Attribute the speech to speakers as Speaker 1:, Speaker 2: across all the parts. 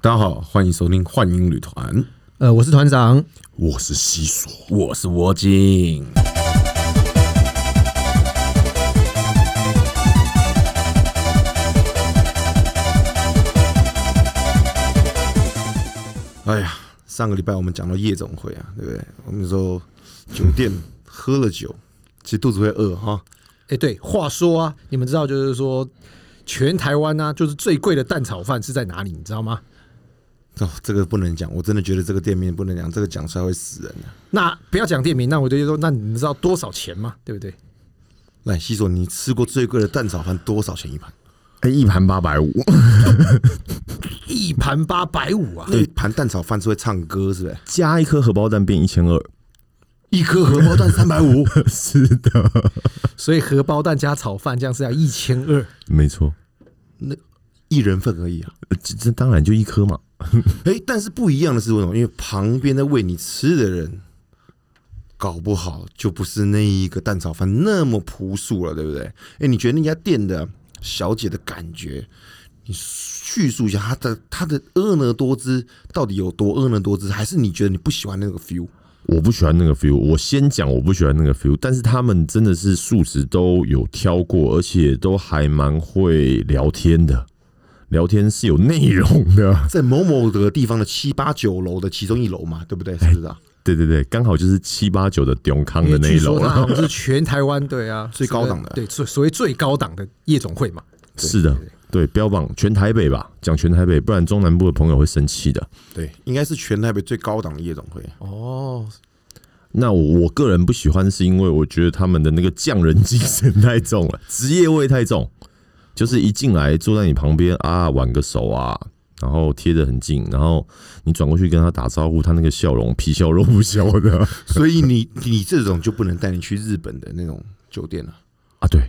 Speaker 1: 大家好，欢迎收听幻影旅团，
Speaker 2: 呃，我是团长，
Speaker 1: 我是西索。
Speaker 3: 我是魔镜，
Speaker 1: 哎呀，上个礼拜我们讲到夜总会啊，对不对？我们说酒店喝了酒，其实肚子会饿哈。
Speaker 2: 哎、对，话说啊，你们知道就是说，全台湾呢、就是最贵的蛋炒饭是在哪里，你知道吗？
Speaker 1: 哦，这个不能讲，我真的觉得这个店面不能讲，这个讲出来会死人啊的、
Speaker 2: 那不要讲店名，那我就说，那你们知道多少钱吗？对不对？
Speaker 1: 来，西索，你吃过最贵的蛋炒饭多少钱一盘？
Speaker 3: 一盘八百五，
Speaker 2: 一盘八百五啊！
Speaker 1: 那一盘蛋炒饭是会唱歌，是不是？
Speaker 3: 加一颗荷包蛋变一千二，
Speaker 1: 一颗荷包蛋三百五，
Speaker 3: 是的，
Speaker 2: 所以荷包蛋加炒饭这样是要一千二。
Speaker 3: 没错，
Speaker 1: 一人份而已啊。
Speaker 3: 呃这这当然就一颗嘛，
Speaker 1: 哎、但是不一样的是为什么？因为旁边在喂你吃的人，搞不好就不是那一个蛋炒饭那么朴素了，对不对？哎、你觉得那家店的小姐的感觉，你叙述一下她的她的婀娜多姿到底有多婀娜多姿，还是你觉得你不喜欢那个 feel？
Speaker 3: 我不喜欢那个 feel。我先讲我不喜欢那个 feel，但是他们真的是素食都有挑过，而且都还蛮会聊天的，聊天是有内容的。
Speaker 1: 在某某的地方的七八九楼的其中一楼嘛，对不对？是不是啊？
Speaker 3: 对对对，刚好就是七八九的永康
Speaker 2: 因
Speaker 3: 的
Speaker 2: 为
Speaker 3: 那
Speaker 2: 据
Speaker 3: 一
Speaker 2: 说
Speaker 3: 楼
Speaker 2: 它
Speaker 3: 了。
Speaker 2: 好像是全台湾对啊
Speaker 1: 啊 最高档的
Speaker 2: 对，所所谓最高档的夜总会嘛。
Speaker 3: 是的，对，标榜全台北吧，讲全台北，不然中南部的朋友会生气的。
Speaker 1: 对，应该是全台北最高档的夜总会。
Speaker 2: 哦，
Speaker 3: 那我我个人不喜欢，是因为我觉得他们的那个匠人精神太重了，职业味太重，就是一进来坐在你旁边啊，挽个手啊，然后贴得很近，然后你转过去跟他打招呼，他那个笑容皮笑肉不笑 的
Speaker 1: 所以你你这种就不能带你去日本的那种酒店了、
Speaker 3: 啊，对，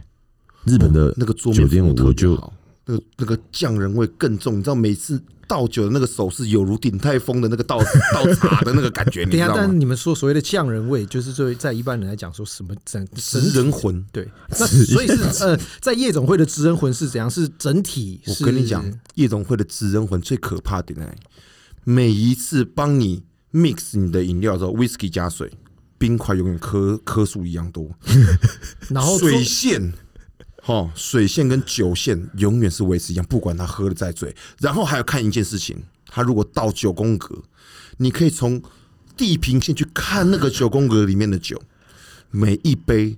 Speaker 3: 日本的
Speaker 1: 那个桌面
Speaker 3: 酒店
Speaker 1: 服务特别
Speaker 3: 我就
Speaker 1: 好那个那个匠人味更重，你知道每次倒酒的那个手势有如鼎泰丰的那个倒 倒茶的那个感觉，你知
Speaker 2: 等一下，
Speaker 1: 道吗？
Speaker 2: 啊但你们说所谓的匠人味，就是作为在一般人来讲，说什么整整
Speaker 1: 食人魂，
Speaker 2: 对，那所以是呃，在夜总会的职人魂是怎样？是整体？
Speaker 1: 我
Speaker 2: 是
Speaker 1: 跟你讲，夜总会的职人魂最可怕的点在哪里？每一次帮你 mix 你的饮料之后，whisky 加水，冰块永远颗颗数一样多，
Speaker 2: 然后
Speaker 1: 水
Speaker 2: 说
Speaker 1: 线。哦，水线跟酒线永远是维持一样，不管他喝的再醉。然后还有看一件事情，他如果到九宫格，你可以从地平线去看那个九宫格里面的酒，每一杯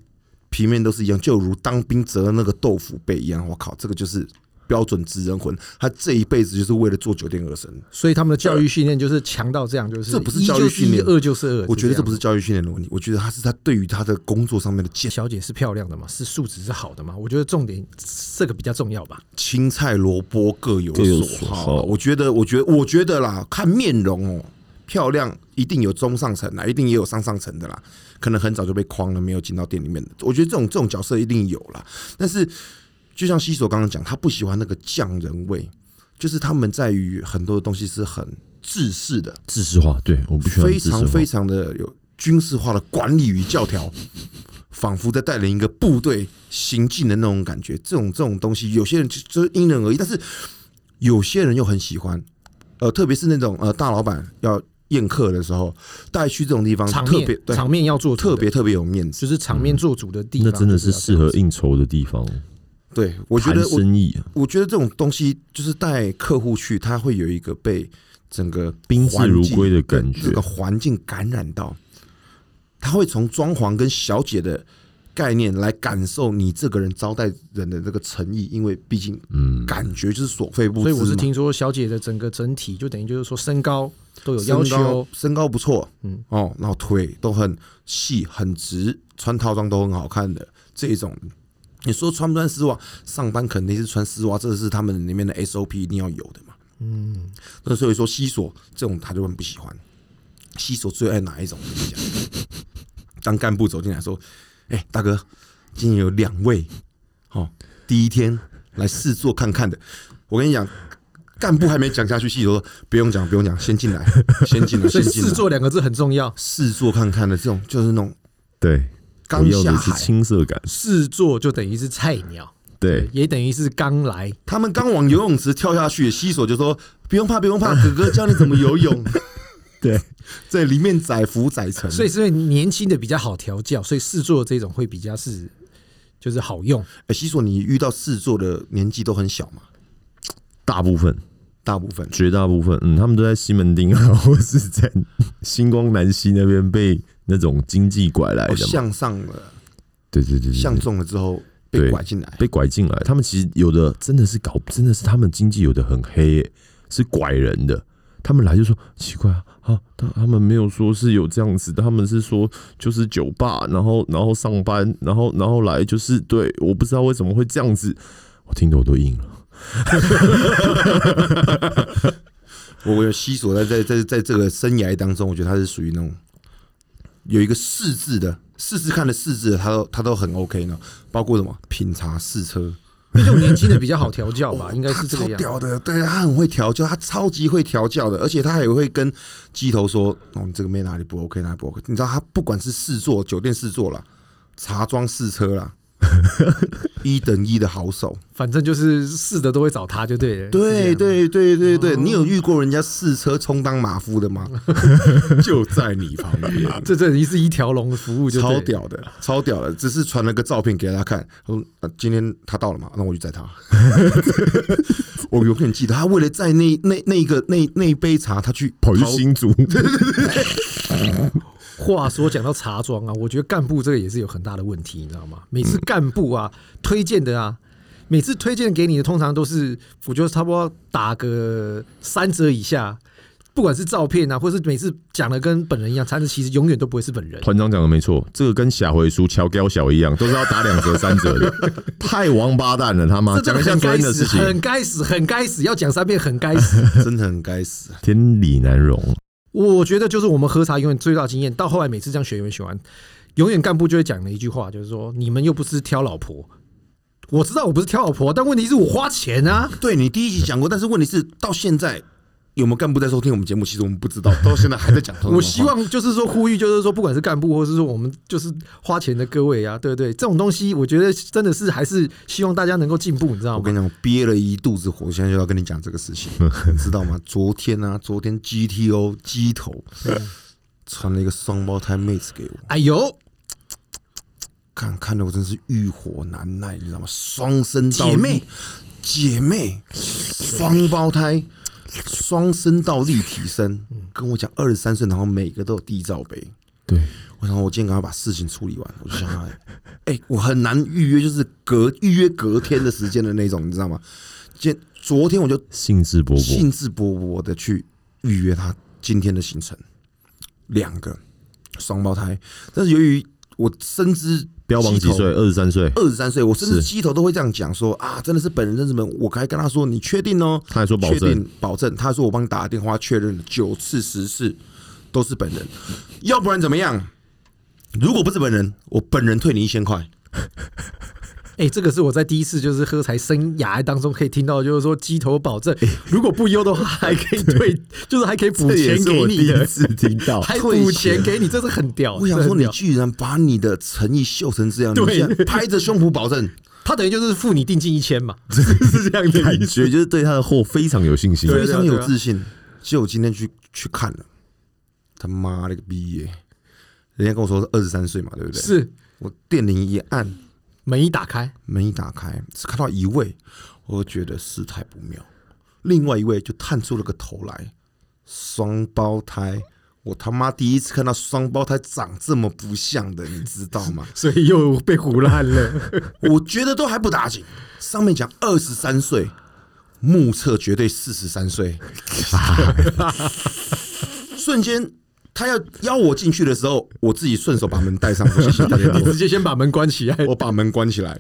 Speaker 1: 平面都是一样，就如当兵折那个豆腐被一样。我靠，这个就是标准职人魂，他这一辈子就是为了做酒店而生。
Speaker 2: 所以他们的教育训练就是强到这样，就是
Speaker 1: 这不是
Speaker 2: 一
Speaker 1: 教育
Speaker 2: 就是
Speaker 1: 训
Speaker 2: 一，
Speaker 1: 练
Speaker 2: 二就是二。
Speaker 1: 我觉得这不
Speaker 2: 是
Speaker 1: 是教育训练的问题，我觉得他是他对于他的工作上面的见
Speaker 2: 样小姐是漂亮的嘛？是素质是好的嘛？我觉得重点这个比较重要吧。
Speaker 1: 青菜萝卜各有
Speaker 3: 各有
Speaker 1: 所
Speaker 3: 所
Speaker 1: 好啊
Speaker 3: 好
Speaker 1: 啦。我觉得，我觉得，我觉得啦，看面容哦，漂亮一定有中上层啦，一定也有上上层的啦。可能很早就被框了，没有进到店里面的。我觉得这种这种角色一定有啦。但是，就像西索刚刚讲，他不喜欢那个匠人味，就是他们在于很多东西是很制式的，
Speaker 3: 知识化，对，我不喜欢
Speaker 1: 非
Speaker 3: 知识化
Speaker 1: 常，非常的有军事化的管理与教 条，仿佛在带领一个部队行进的那种感觉。这种这种东西，有些人就就是因人而异，但是有些人又很喜欢。呃，特别是那种呃大老板要宴客的时候，带去这种地方，
Speaker 2: 场
Speaker 1: 嗯特别
Speaker 2: 面
Speaker 1: 对
Speaker 2: 场面要做足的
Speaker 1: 特别嗯特别有面子。
Speaker 2: 就是场面做主的地方，
Speaker 3: 那真的
Speaker 2: 就是要这
Speaker 3: 适
Speaker 2: 样
Speaker 3: 合应酬的地方，
Speaker 1: 对我觉
Speaker 3: 谈
Speaker 1: 得我
Speaker 3: 生意，
Speaker 1: 我觉得这种东西就是带客户去，他会有一个被整个
Speaker 3: 宾至如归的感觉
Speaker 1: 这个环境感染到，他会从装潢跟小姐的概念来感受你这个人招待人的这个诚意，因为毕竟
Speaker 3: 嗯，
Speaker 1: 感觉就是所费不
Speaker 2: 所
Speaker 1: 赀
Speaker 2: 以
Speaker 1: 嘛。
Speaker 2: 我是听说小姐的整个整体就等于就是说身高都有要
Speaker 1: 身
Speaker 2: 求
Speaker 1: 高，身高不错，嗯
Speaker 2: 嗯
Speaker 1: 哦，然后腿都很细很直，穿套装都很好看的这种。你说穿不穿丝袜？上班肯定是穿丝袜，这是他们里面的 SOP 一定要有的嘛。嗯，那所以说西索这种他就很不喜欢。西索最爱哪一种？我跟你讲，当干部走进来说：“哎、大哥，今天有两位，哦，第一天来试做看看的。”我跟你讲，干部还没讲下去，西索说：“不用讲，不用讲，先进来，先进 来，
Speaker 2: 所
Speaker 1: 先
Speaker 2: 以
Speaker 1: 进
Speaker 2: 试
Speaker 1: 来，
Speaker 2: 做两个字很重要。
Speaker 1: 试做看看的这种，就是那种
Speaker 3: 对，我
Speaker 1: 刚
Speaker 3: 要
Speaker 1: 下
Speaker 3: 的是
Speaker 1: 海。”
Speaker 3: 青涩感，
Speaker 2: 试做就等于是菜鸟，
Speaker 3: 对，
Speaker 2: 也等于是刚来，
Speaker 1: 他们刚往游泳池跳下去，西索就说：“不用怕，不用怕，哥哥教你怎么游泳。
Speaker 3: 对，”
Speaker 1: 在里面载浮载沉，
Speaker 2: 所以是因为年轻的比较好调教，所以试做这种会比较是就是好 用。
Speaker 1: 哎西索，你遇到事做的年纪都很小嘛，
Speaker 3: 大部分
Speaker 1: 大部分
Speaker 3: 绝大部分，嗯，他们都在西门町啊， 或是在星光南西那边被那种经济拐来
Speaker 1: 哦
Speaker 3: 的嘛。
Speaker 1: 向上了，
Speaker 3: 对对对对
Speaker 1: 相
Speaker 3: 对，
Speaker 1: 中了之后被
Speaker 3: 对
Speaker 1: 拐进来，
Speaker 3: 被拐进来，他们其实有的真的是搞，真的是他们经济有的很黑耶、是拐人的。他们来就说奇怪啊，啊，他他们没有说是有这样子，他们是说就是酒吧，然后然后上班，然后然后来就是对，我不知道为什么会这样子，我听得我都硬了。
Speaker 1: 我我有西索在在在在这个生涯当中，我觉得他是属于那种有一个试字的，试试看的试字的，他都他都很 OK 呢。包括什么品茶试车，
Speaker 2: 这种年轻的比较好调教
Speaker 1: 啊
Speaker 2: 吧，应该是这
Speaker 1: 哦他
Speaker 2: 个
Speaker 1: 超
Speaker 2: 样子。
Speaker 1: 屌的，对他很会调教，他超级会调教的，而且他还会跟鸡头说：“哦，你这个妹哪里不 OK，哪里不 OK。”你知道他不管是试坐酒店试坐啦，茶庄试车 啦，一等一的好手。
Speaker 2: 反正就是试的都会找他就对了。
Speaker 1: 对对对对对，你有遇过人家试车充当马夫的吗？ 就在你旁边。
Speaker 2: 这这里是一条龙的服务就对
Speaker 1: 超
Speaker 2: 了，
Speaker 1: 屌 的，超屌的，只是传了个照片给他看，他说、啊、今天他到了嘛，那我就载 他。我永远记得，他为了载那那那个那那一杯茶，他去
Speaker 3: 跑去
Speaker 1: 跑
Speaker 3: 新竹，
Speaker 2: 话说讲到茶庄啊，我觉得干部这个也是有很大的问题，你知道吗？每次干部啊、推荐的啊，每次推荐给你的通常都是，我觉得差不多打个三折以下，不管是照片啊，或是每次讲的跟本人一样，但是其实永远都不会是本人。
Speaker 3: 团长讲的没错，这个跟下回书乔雕小一样，都是要打两折三 折的，太王八蛋了他妈！
Speaker 2: 这真
Speaker 3: 啊讲
Speaker 2: 的很
Speaker 3: 一下昨
Speaker 2: 该
Speaker 3: 天的
Speaker 2: 死，
Speaker 3: 事情，
Speaker 2: 很该死，很该死，要讲三遍很该死。
Speaker 1: 真的很该死。
Speaker 3: 天理难容。
Speaker 2: 我觉得就是我们喝茶永远最大的经验，到后来每次这样学员学完，永远干部就会讲的一句话，就是说你们又不是挑老婆。我知道我不是挑老婆，但问题是我花钱啊。
Speaker 1: 对你第一集讲过，但是问题是到现在有没有干部在收听我们节目？其实我们不知 道，到现在还在讲同样的
Speaker 3: 哦
Speaker 1: 话。
Speaker 2: 我希望就是说呼吁，就是说不管是干部，或是说我们就是花钱的各位啊，对不对？这种东西，我觉得真的是还是希望大家能够进步，你知道
Speaker 1: 我
Speaker 2: 吗？
Speaker 1: 跟你讲，我憋了一肚子火，我现在就要跟你讲这个事 情，你知道吗？昨天啊，昨天 GTO 鸡头
Speaker 2: 嗯
Speaker 1: 传了一个双胞胎妹子给我。
Speaker 2: 哎呦，
Speaker 1: 看看的我真是欲火难耐，你知道吗？双生倒立
Speaker 2: 姐妹，
Speaker 1: 姐妹，双胞胎，双声道立体声，跟我讲二十三岁，然后每个都有地罩杯。
Speaker 3: 嗯对，
Speaker 1: 我想我今天赶快把事情处理完，我就想要，哎、我很难预约，就是隔预约隔天的时间的那种，你知道吗？今昨天我就
Speaker 3: 兴致勃勃，
Speaker 1: 兴致勃勃的去预约他今天的行程，两个双胞胎，但是由于我深知
Speaker 3: 标榜几岁？？二十三岁，
Speaker 1: 二十三岁，我甚至
Speaker 3: 是
Speaker 1: 鸡头都会这样讲说啊，真的是本人认识本人，我还跟他说你确定哦？
Speaker 3: 他还说保
Speaker 1: 确
Speaker 3: 证，
Speaker 1: 定保证，他说我帮你打了电话确认了九次十次都是本人，要不然怎么样？如果不是本人，我本人退你一千块。
Speaker 2: 哎，这个是我在第一次就是喝茶生涯当中可以听到，就是说鸡头保证，如果不优的话还可以退，就是还可以补
Speaker 3: 这也
Speaker 2: 钱
Speaker 3: 是
Speaker 2: 给
Speaker 3: 我
Speaker 2: 你
Speaker 3: 第
Speaker 2: 的
Speaker 3: 一。次哦听到。
Speaker 2: 还
Speaker 1: 退
Speaker 2: 补
Speaker 1: 钱
Speaker 2: 钱给你，这是很屌。
Speaker 1: 我想
Speaker 2: 这
Speaker 1: 说，
Speaker 2: 很
Speaker 1: 你
Speaker 2: 屌
Speaker 1: 居然把你的诚意秀成这样，你
Speaker 2: 对
Speaker 1: 竟然拍着胸脯保证，
Speaker 2: 他等于就是付你定金一千嘛，是是这样的
Speaker 3: 感
Speaker 2: 意思。
Speaker 3: 觉就是对他的货非常有信 心，
Speaker 2: 对
Speaker 1: 非常有
Speaker 2: 啊
Speaker 1: 自信。结果今天去去看了，他妈了个逼耶！人家跟我说是二十三岁嘛，对不对？
Speaker 2: 是
Speaker 1: 我电铃一按，
Speaker 2: 门一打开，？
Speaker 1: 门一打开，只看到一位，我觉得事态不妙。另外一位就探出了个头来，双胞胎。我他妈第一次看到双胞胎长这么不像的，你知道吗
Speaker 2: 所以又被胡烂了。
Speaker 1: 我觉得都还不打紧，上面讲二十三岁，目测绝对四十三岁。瞬间，他要邀我进去的时候，我自己顺手把门带上，说谢谢大家。
Speaker 2: 你直接先把门关起来，
Speaker 1: 我把门关起来，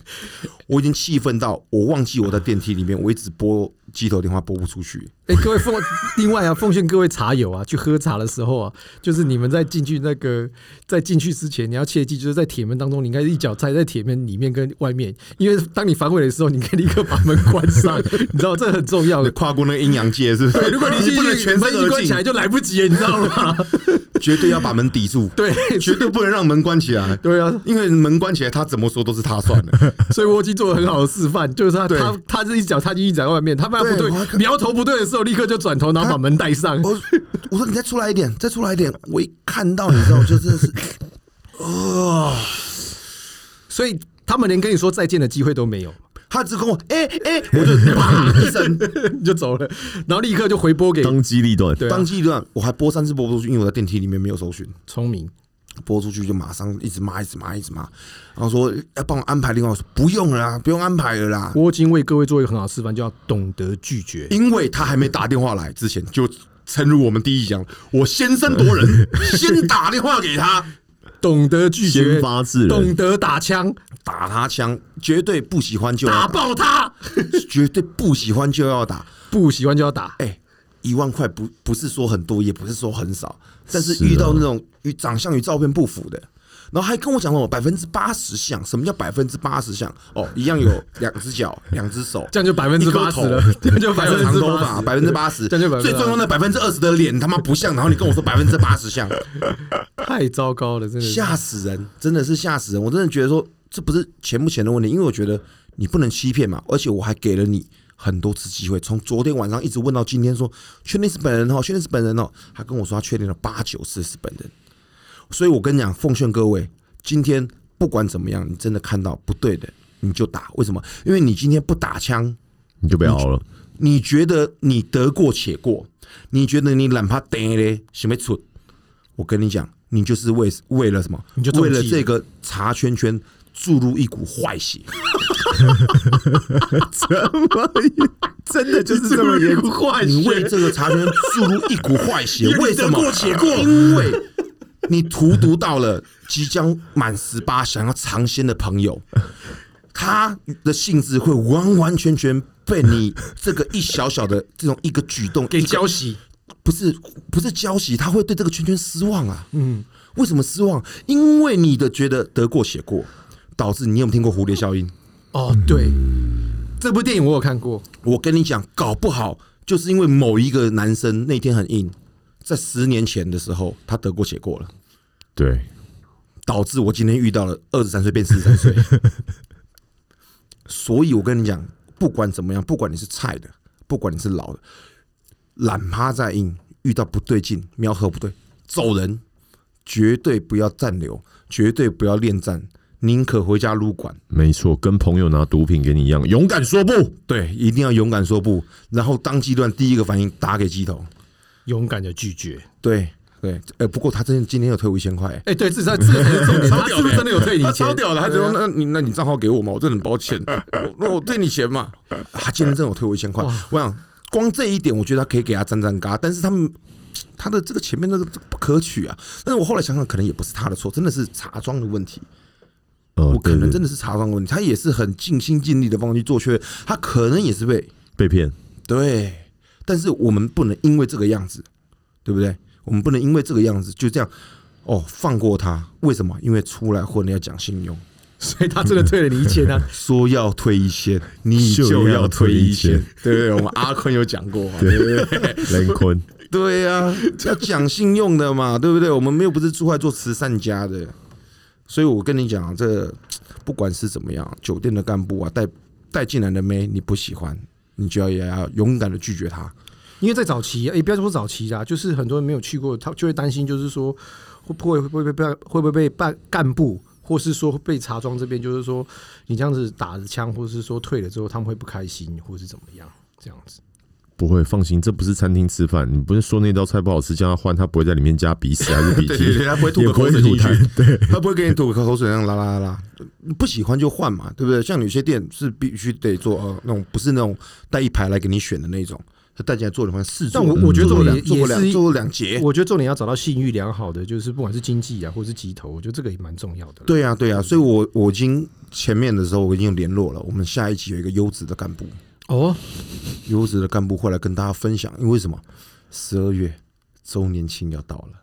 Speaker 1: 我已经气愤到我忘记我在电梯里面，我一直拨机头电话拨不出去。
Speaker 2: 哎、各位奉，另外啊，奉劝各位茶友啊，去喝茶的时候啊，就是你们在进去那个在进去之前，你要切记，就是在铁门当中，你应该一脚踩在铁门里面跟外面，因为当你反悔的时候，你可以立刻把门关上， 你知道这很重要的。
Speaker 1: 跨过那个阴阳界是不是？
Speaker 2: 哦如果你
Speaker 1: 不能
Speaker 2: 进去
Speaker 1: 全身
Speaker 2: 门一
Speaker 1: 而
Speaker 2: 关起来
Speaker 1: 进，
Speaker 2: 就来不及了，你知道吗？
Speaker 1: 绝对要把门抵住，
Speaker 2: 对
Speaker 1: 绝对不能让门关起来，
Speaker 2: 对啊，
Speaker 1: 因为门关起来，他怎么说都是他算 的。
Speaker 2: 所以我已经做了很好的示范，就是他
Speaker 1: 对
Speaker 2: 他他这一脚踏进一脚在外面，他发现不
Speaker 1: 对
Speaker 2: 对
Speaker 1: 我还，看
Speaker 2: 苗头不对的时候，立刻就转头，然后把门带上。
Speaker 1: 我我说你再出来一点，再出来一点，我一看到你知道，我就真的是，
Speaker 2: 所以他们连跟你说再见的机会都没有，
Speaker 1: 他只跟我哎哎、我就啪一声，
Speaker 2: 你就走了，然后立刻就回拨给
Speaker 3: 当机立断，
Speaker 2: 对啊
Speaker 1: 当机立断，我还拨三次拨不出去，因为我在电梯里面没有搜寻。
Speaker 2: 聪明，
Speaker 1: 播出去就马上一直骂，一直骂，一直骂，然后说要帮我安排另外，我说不用了啦，不用安排了啦，
Speaker 2: 我已经为各位做一个很好的示范，就要懂得拒绝。
Speaker 1: 因为他还没打电话来之前，就诚如我们第一讲，我先声夺 人，先打电话给他，
Speaker 2: 懂得拒绝
Speaker 3: 先，发制人
Speaker 2: 懂，得打枪，
Speaker 1: 打他枪，绝对不喜欢就
Speaker 2: 打
Speaker 1: 要打，
Speaker 2: 爆他！
Speaker 1: 绝对不喜欢就要打，
Speaker 2: 不喜欢就要打，
Speaker 1: 哎、一万块不不是说很多，也不是说很少，但是
Speaker 3: 是啊
Speaker 1: 遇到那种与长相与照片不符的，然后还跟我讲什么百分之八十像，什么叫百分之八十像？哦，一样有两只脚、两只手，
Speaker 2: 这样就百分之八十了
Speaker 1: 一颗，
Speaker 2: 这样就
Speaker 1: 还
Speaker 2: 百
Speaker 1: 有
Speaker 2: 分
Speaker 1: 长
Speaker 2: 之
Speaker 1: 头
Speaker 2: 八
Speaker 1: 发
Speaker 2: 十，
Speaker 1: 百分之八十，
Speaker 2: 这样就百分之
Speaker 1: 最重要的百分之二十的脸他妈不像，然后你跟我说百分之八十像，
Speaker 2: 太糟糕了，真的是。
Speaker 1: 吓死人，真的是吓死人！我真的觉得说这不是钱不钱的问题，因为我觉得你不能欺骗嘛，而且我还给了你很多次机会，从昨天晚上一直问到今天说确定是本人哦，确定是本人哦，他跟我说他确定了八九次是本人，所以我跟你讲，奉劝各位，今天不管怎么样，你真的看到不对的你就打，为什么？因为你今天不打枪。
Speaker 3: 你就不要熬了。
Speaker 1: 你觉得你得过且过，你觉得你懒怕呆嘞，什么蠢？我跟你讲，你就是为为了什么？
Speaker 2: 你就中
Speaker 1: 为
Speaker 2: 计了
Speaker 1: 了这个茶圈圈注入一股坏 血，啊
Speaker 3: 真的就是
Speaker 2: 这
Speaker 3: 这么
Speaker 2: 么
Speaker 3: 严
Speaker 2: 严坏
Speaker 1: 你为
Speaker 2: 血，
Speaker 1: 这个茶圈圈注入一股坏 血，为什么？
Speaker 2: 得过且过
Speaker 1: 因为你荼毒到了即将满十八想要尝鲜的朋 友，他的性质会完完全全被你这个一小小的这种一个举动
Speaker 2: 给
Speaker 1: 一个
Speaker 2: 浇熄。
Speaker 1: 不是不是交喜，他会对这个圈圈失望啊。嗯，为什么失望？因为你的觉得得过且过，导致你有没有听过蝴蝶效应？
Speaker 2: 哦，对，这部电影我有看过，
Speaker 1: 我跟你讲，搞不好就是因为某一个男生那天很硬，在十年前的时候他得过且过了，
Speaker 3: 对，
Speaker 1: 导致我今天遇到了二十三岁变四十三岁。所以我跟你讲，不管怎么样，不管你是菜的，不管你是老的，懒趴在硬，遇到不对劲，瞄合不对，走人，绝对不要站留，绝对不要恋战，宁可回家撸管。
Speaker 3: 没错，跟朋友拿毒品给你一样，勇敢说不。
Speaker 1: 对，一定要勇敢说不，然后当机断第一个反应打给鸡头。
Speaker 2: 勇敢的拒绝。
Speaker 1: 对对，呃，不过他真的今天有退我一千块、欸。
Speaker 2: 哎，对，至少这个才是重点，他是不是真的有退你
Speaker 1: 他
Speaker 2: 钱啊
Speaker 1: 超？屌的，他就说：“
Speaker 3: 啊
Speaker 1: 那你那你账号给我嘛，我真的很抱 歉，我那我退你钱嘛。”他今天真的有退我一千块，我想光这一点，我觉得他可以给他沾沾嘎，但是他们他的这个前面那个不可取啊。但是我后来想想，可能也不是他的错，真的是茶庄的问题。
Speaker 3: 呃，
Speaker 1: 我可能
Speaker 3: 对
Speaker 1: 真
Speaker 3: 对
Speaker 1: 的是茶庄的问题，他也是很尽心尽力的帮我去做，却他可能也是被
Speaker 3: 被骗，
Speaker 1: 对，但是我们不能因为这个样子，对不对？我们不能因为这个样子就这样哦放过他。为什么？因为出来混要讲信用，
Speaker 2: 所以他真的退了你一千啊！
Speaker 1: 说要退一千，你
Speaker 3: 就
Speaker 1: 就
Speaker 3: 要
Speaker 1: 要
Speaker 3: 退
Speaker 1: 退
Speaker 3: 一
Speaker 1: 一
Speaker 3: 千
Speaker 1: 千，对 不对？我们阿坤有讲过嘛，对不对？
Speaker 3: 雷坤，
Speaker 1: 对呀、要讲信用的嘛，对不对？我们又不是出来做慈善家的，所以我跟你讲，啊这不管是怎么样，酒店的干部啊，带带进来的妹你不喜欢，你就要也要勇敢的拒绝他。
Speaker 2: 因为在早期，啊也不要说早期啦，就是很多人没有去过，他就会担心，就是说会不会会不会被会不会被办干部，或是说被茶庄这边，就是说你这样子打着枪，或是说退了之后，他们会不开心，或是怎么样这样子。
Speaker 3: 不会放心，这不是餐厅吃饭，你不是说那道菜不好吃，叫他换，他不会在里面加鼻屎还是 鼻
Speaker 1: 对对对，
Speaker 3: 涕，
Speaker 1: 他不会吐
Speaker 3: 也
Speaker 1: 个
Speaker 3: 不
Speaker 1: 口
Speaker 3: 会
Speaker 1: 水
Speaker 3: 吐
Speaker 1: 进去
Speaker 3: 痰，，
Speaker 1: 对，他不会给你吐个口水那样拉拉拉拉，不喜欢就换嘛，对不对？像有些店是必须得做呃那种不是那种带一排来给你选的那种，他带进来做的话试做，
Speaker 2: 但我我觉得
Speaker 1: 做过
Speaker 2: 这种
Speaker 1: 两
Speaker 2: 也
Speaker 1: 做过
Speaker 2: 也
Speaker 1: 两
Speaker 2: 是
Speaker 1: 做过两节，
Speaker 2: 我觉得重点要找到信誉良好的，就是不管是经济啊，或是集头，我觉得这个也蛮重要的。
Speaker 1: 对呀、对呀、所以我我已经前面的时候我已经有联络了，我们下一期有一个优质的干部，
Speaker 2: 哦，
Speaker 1: 优质的干部会来跟大家分享，因为什么？十二月周年庆要到了，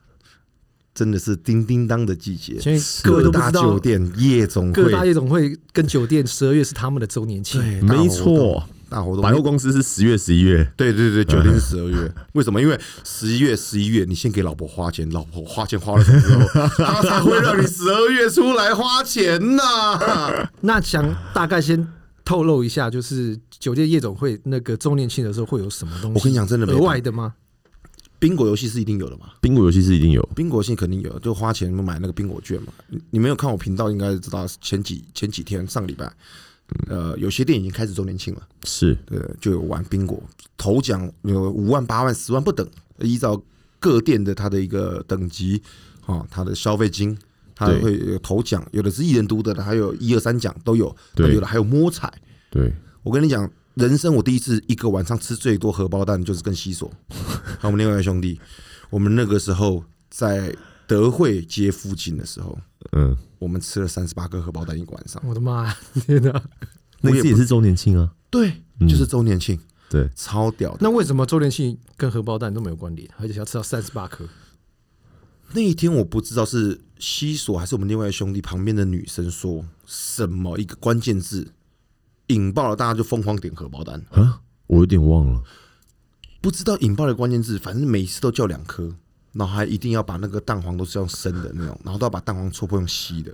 Speaker 1: 真的是叮叮当的季节，
Speaker 2: 因为各位都不
Speaker 1: 大
Speaker 2: 知道
Speaker 1: 酒店夜总
Speaker 2: 各大
Speaker 1: 会，
Speaker 2: 夜总会跟酒店十二月是他们的周年庆，
Speaker 1: 对
Speaker 3: 没，错，
Speaker 1: 大活动大活动
Speaker 3: 百货公司是十月、十一月，
Speaker 1: 对对对，九
Speaker 2: 嗯
Speaker 1: 天十二月，为什么？因为十一月、十一月，你先给老婆花钱，老婆花钱花了之后，她才会让你十二月出来花钱呐、
Speaker 2: 那想大概先透露一下，就是酒店夜总会那个周年庆的时候会有什么东西？
Speaker 1: 我跟你讲真的没
Speaker 2: 额外
Speaker 1: 办
Speaker 2: 的吗？
Speaker 1: 宾果游戏是一定有的嘛，
Speaker 3: 宾果游戏是一定有。
Speaker 1: 宾果游戏肯定有，就花钱买那个宾果券嘛。你你没有看我频道，应该知道前几前几天上礼拜，呃，有些店已经开始周年庆了，
Speaker 3: 是
Speaker 1: 对，就有玩宾果，头奖有五万、八万、十万不等，依照各店的它的一个等级啊、哦，它的消费金，它
Speaker 3: 对
Speaker 1: 会有头奖，有的是一人独得的，还有一二三奖都有，
Speaker 3: 对
Speaker 1: 那有的还有摸彩。
Speaker 3: 对，
Speaker 1: 我跟你讲，人生我第一次一个晚上吃最多荷包蛋，就是跟西索，还有我们另外一个兄弟，我们那个时候在德惠街附近的时候，
Speaker 3: 嗯，
Speaker 1: 我们吃了三十八个荷包蛋一个晚上。
Speaker 2: 我的妈呀！天哪！
Speaker 3: 那
Speaker 1: 我也
Speaker 3: 次也
Speaker 1: 不
Speaker 3: 是周年庆啊。
Speaker 1: 对，
Speaker 3: 嗯
Speaker 1: 就是周年庆，
Speaker 3: 对，
Speaker 1: 超屌的。
Speaker 2: 那为什么周年庆跟荷包蛋都没有关联，而且要吃到三十八颗？
Speaker 1: 那一天我不知道是西索还是我们另外一个兄弟旁边的女生说什么一个关键字，引爆了大家就疯狂点荷包蛋，
Speaker 3: 啊，我有点忘了。
Speaker 1: 不知道引爆的关键字，反正每一次都叫两颗，然后还一定要把那个蛋黄都是用生的那种，然后都要把蛋黄戳破用吸的。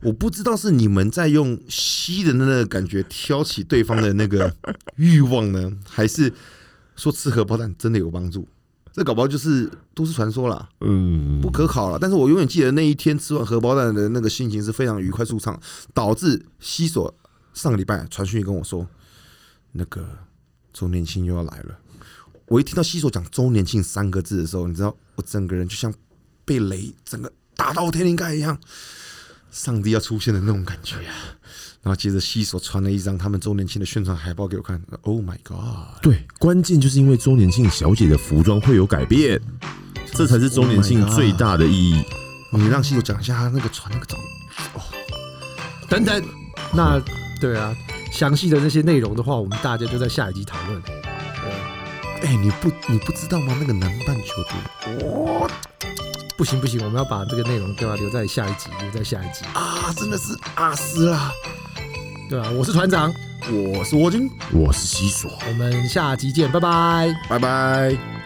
Speaker 1: 我不知道是你们在用吸的那个感觉挑起对方的那个欲望呢，还是说吃荷包蛋真的有帮助？这搞不好就是都市传说啦。
Speaker 3: 嗯，
Speaker 1: 不可考了。但是我永远记得那一天吃完荷包蛋的那个心情是非常愉快舒畅，导致西索上个礼拜传讯跟我说，那个周年庆又要来了。我一听到西索讲周年庆三个字的时候，你知道我整个人就像被雷整个打到天灵盖一样，上帝要出现的那种感觉啊！然后接着西索传了一张他们周年庆的宣传海报给我看，Oh my god！
Speaker 3: 对，关键就是因为周年庆小姐的服装会有改变，这才是周年庆
Speaker 1: Oh my god
Speaker 3: 最大的意义。
Speaker 1: 你让西索讲一下他那个传那个照片
Speaker 2: 等等，那对啊，详细的那些内容的话，我们大家就在下一集讨论。
Speaker 1: 哎、你不你不知道吗？那个南半球的哇
Speaker 2: 不行不行，我们要把这个内容对吧、留在下一集，留在下一集，
Speaker 1: 啊，真的是阿斯啊啦！
Speaker 2: 对吧、啊我是船长，
Speaker 1: 我是沃金，
Speaker 3: 我是西索。
Speaker 2: 我们下集见，拜拜。
Speaker 1: 拜拜。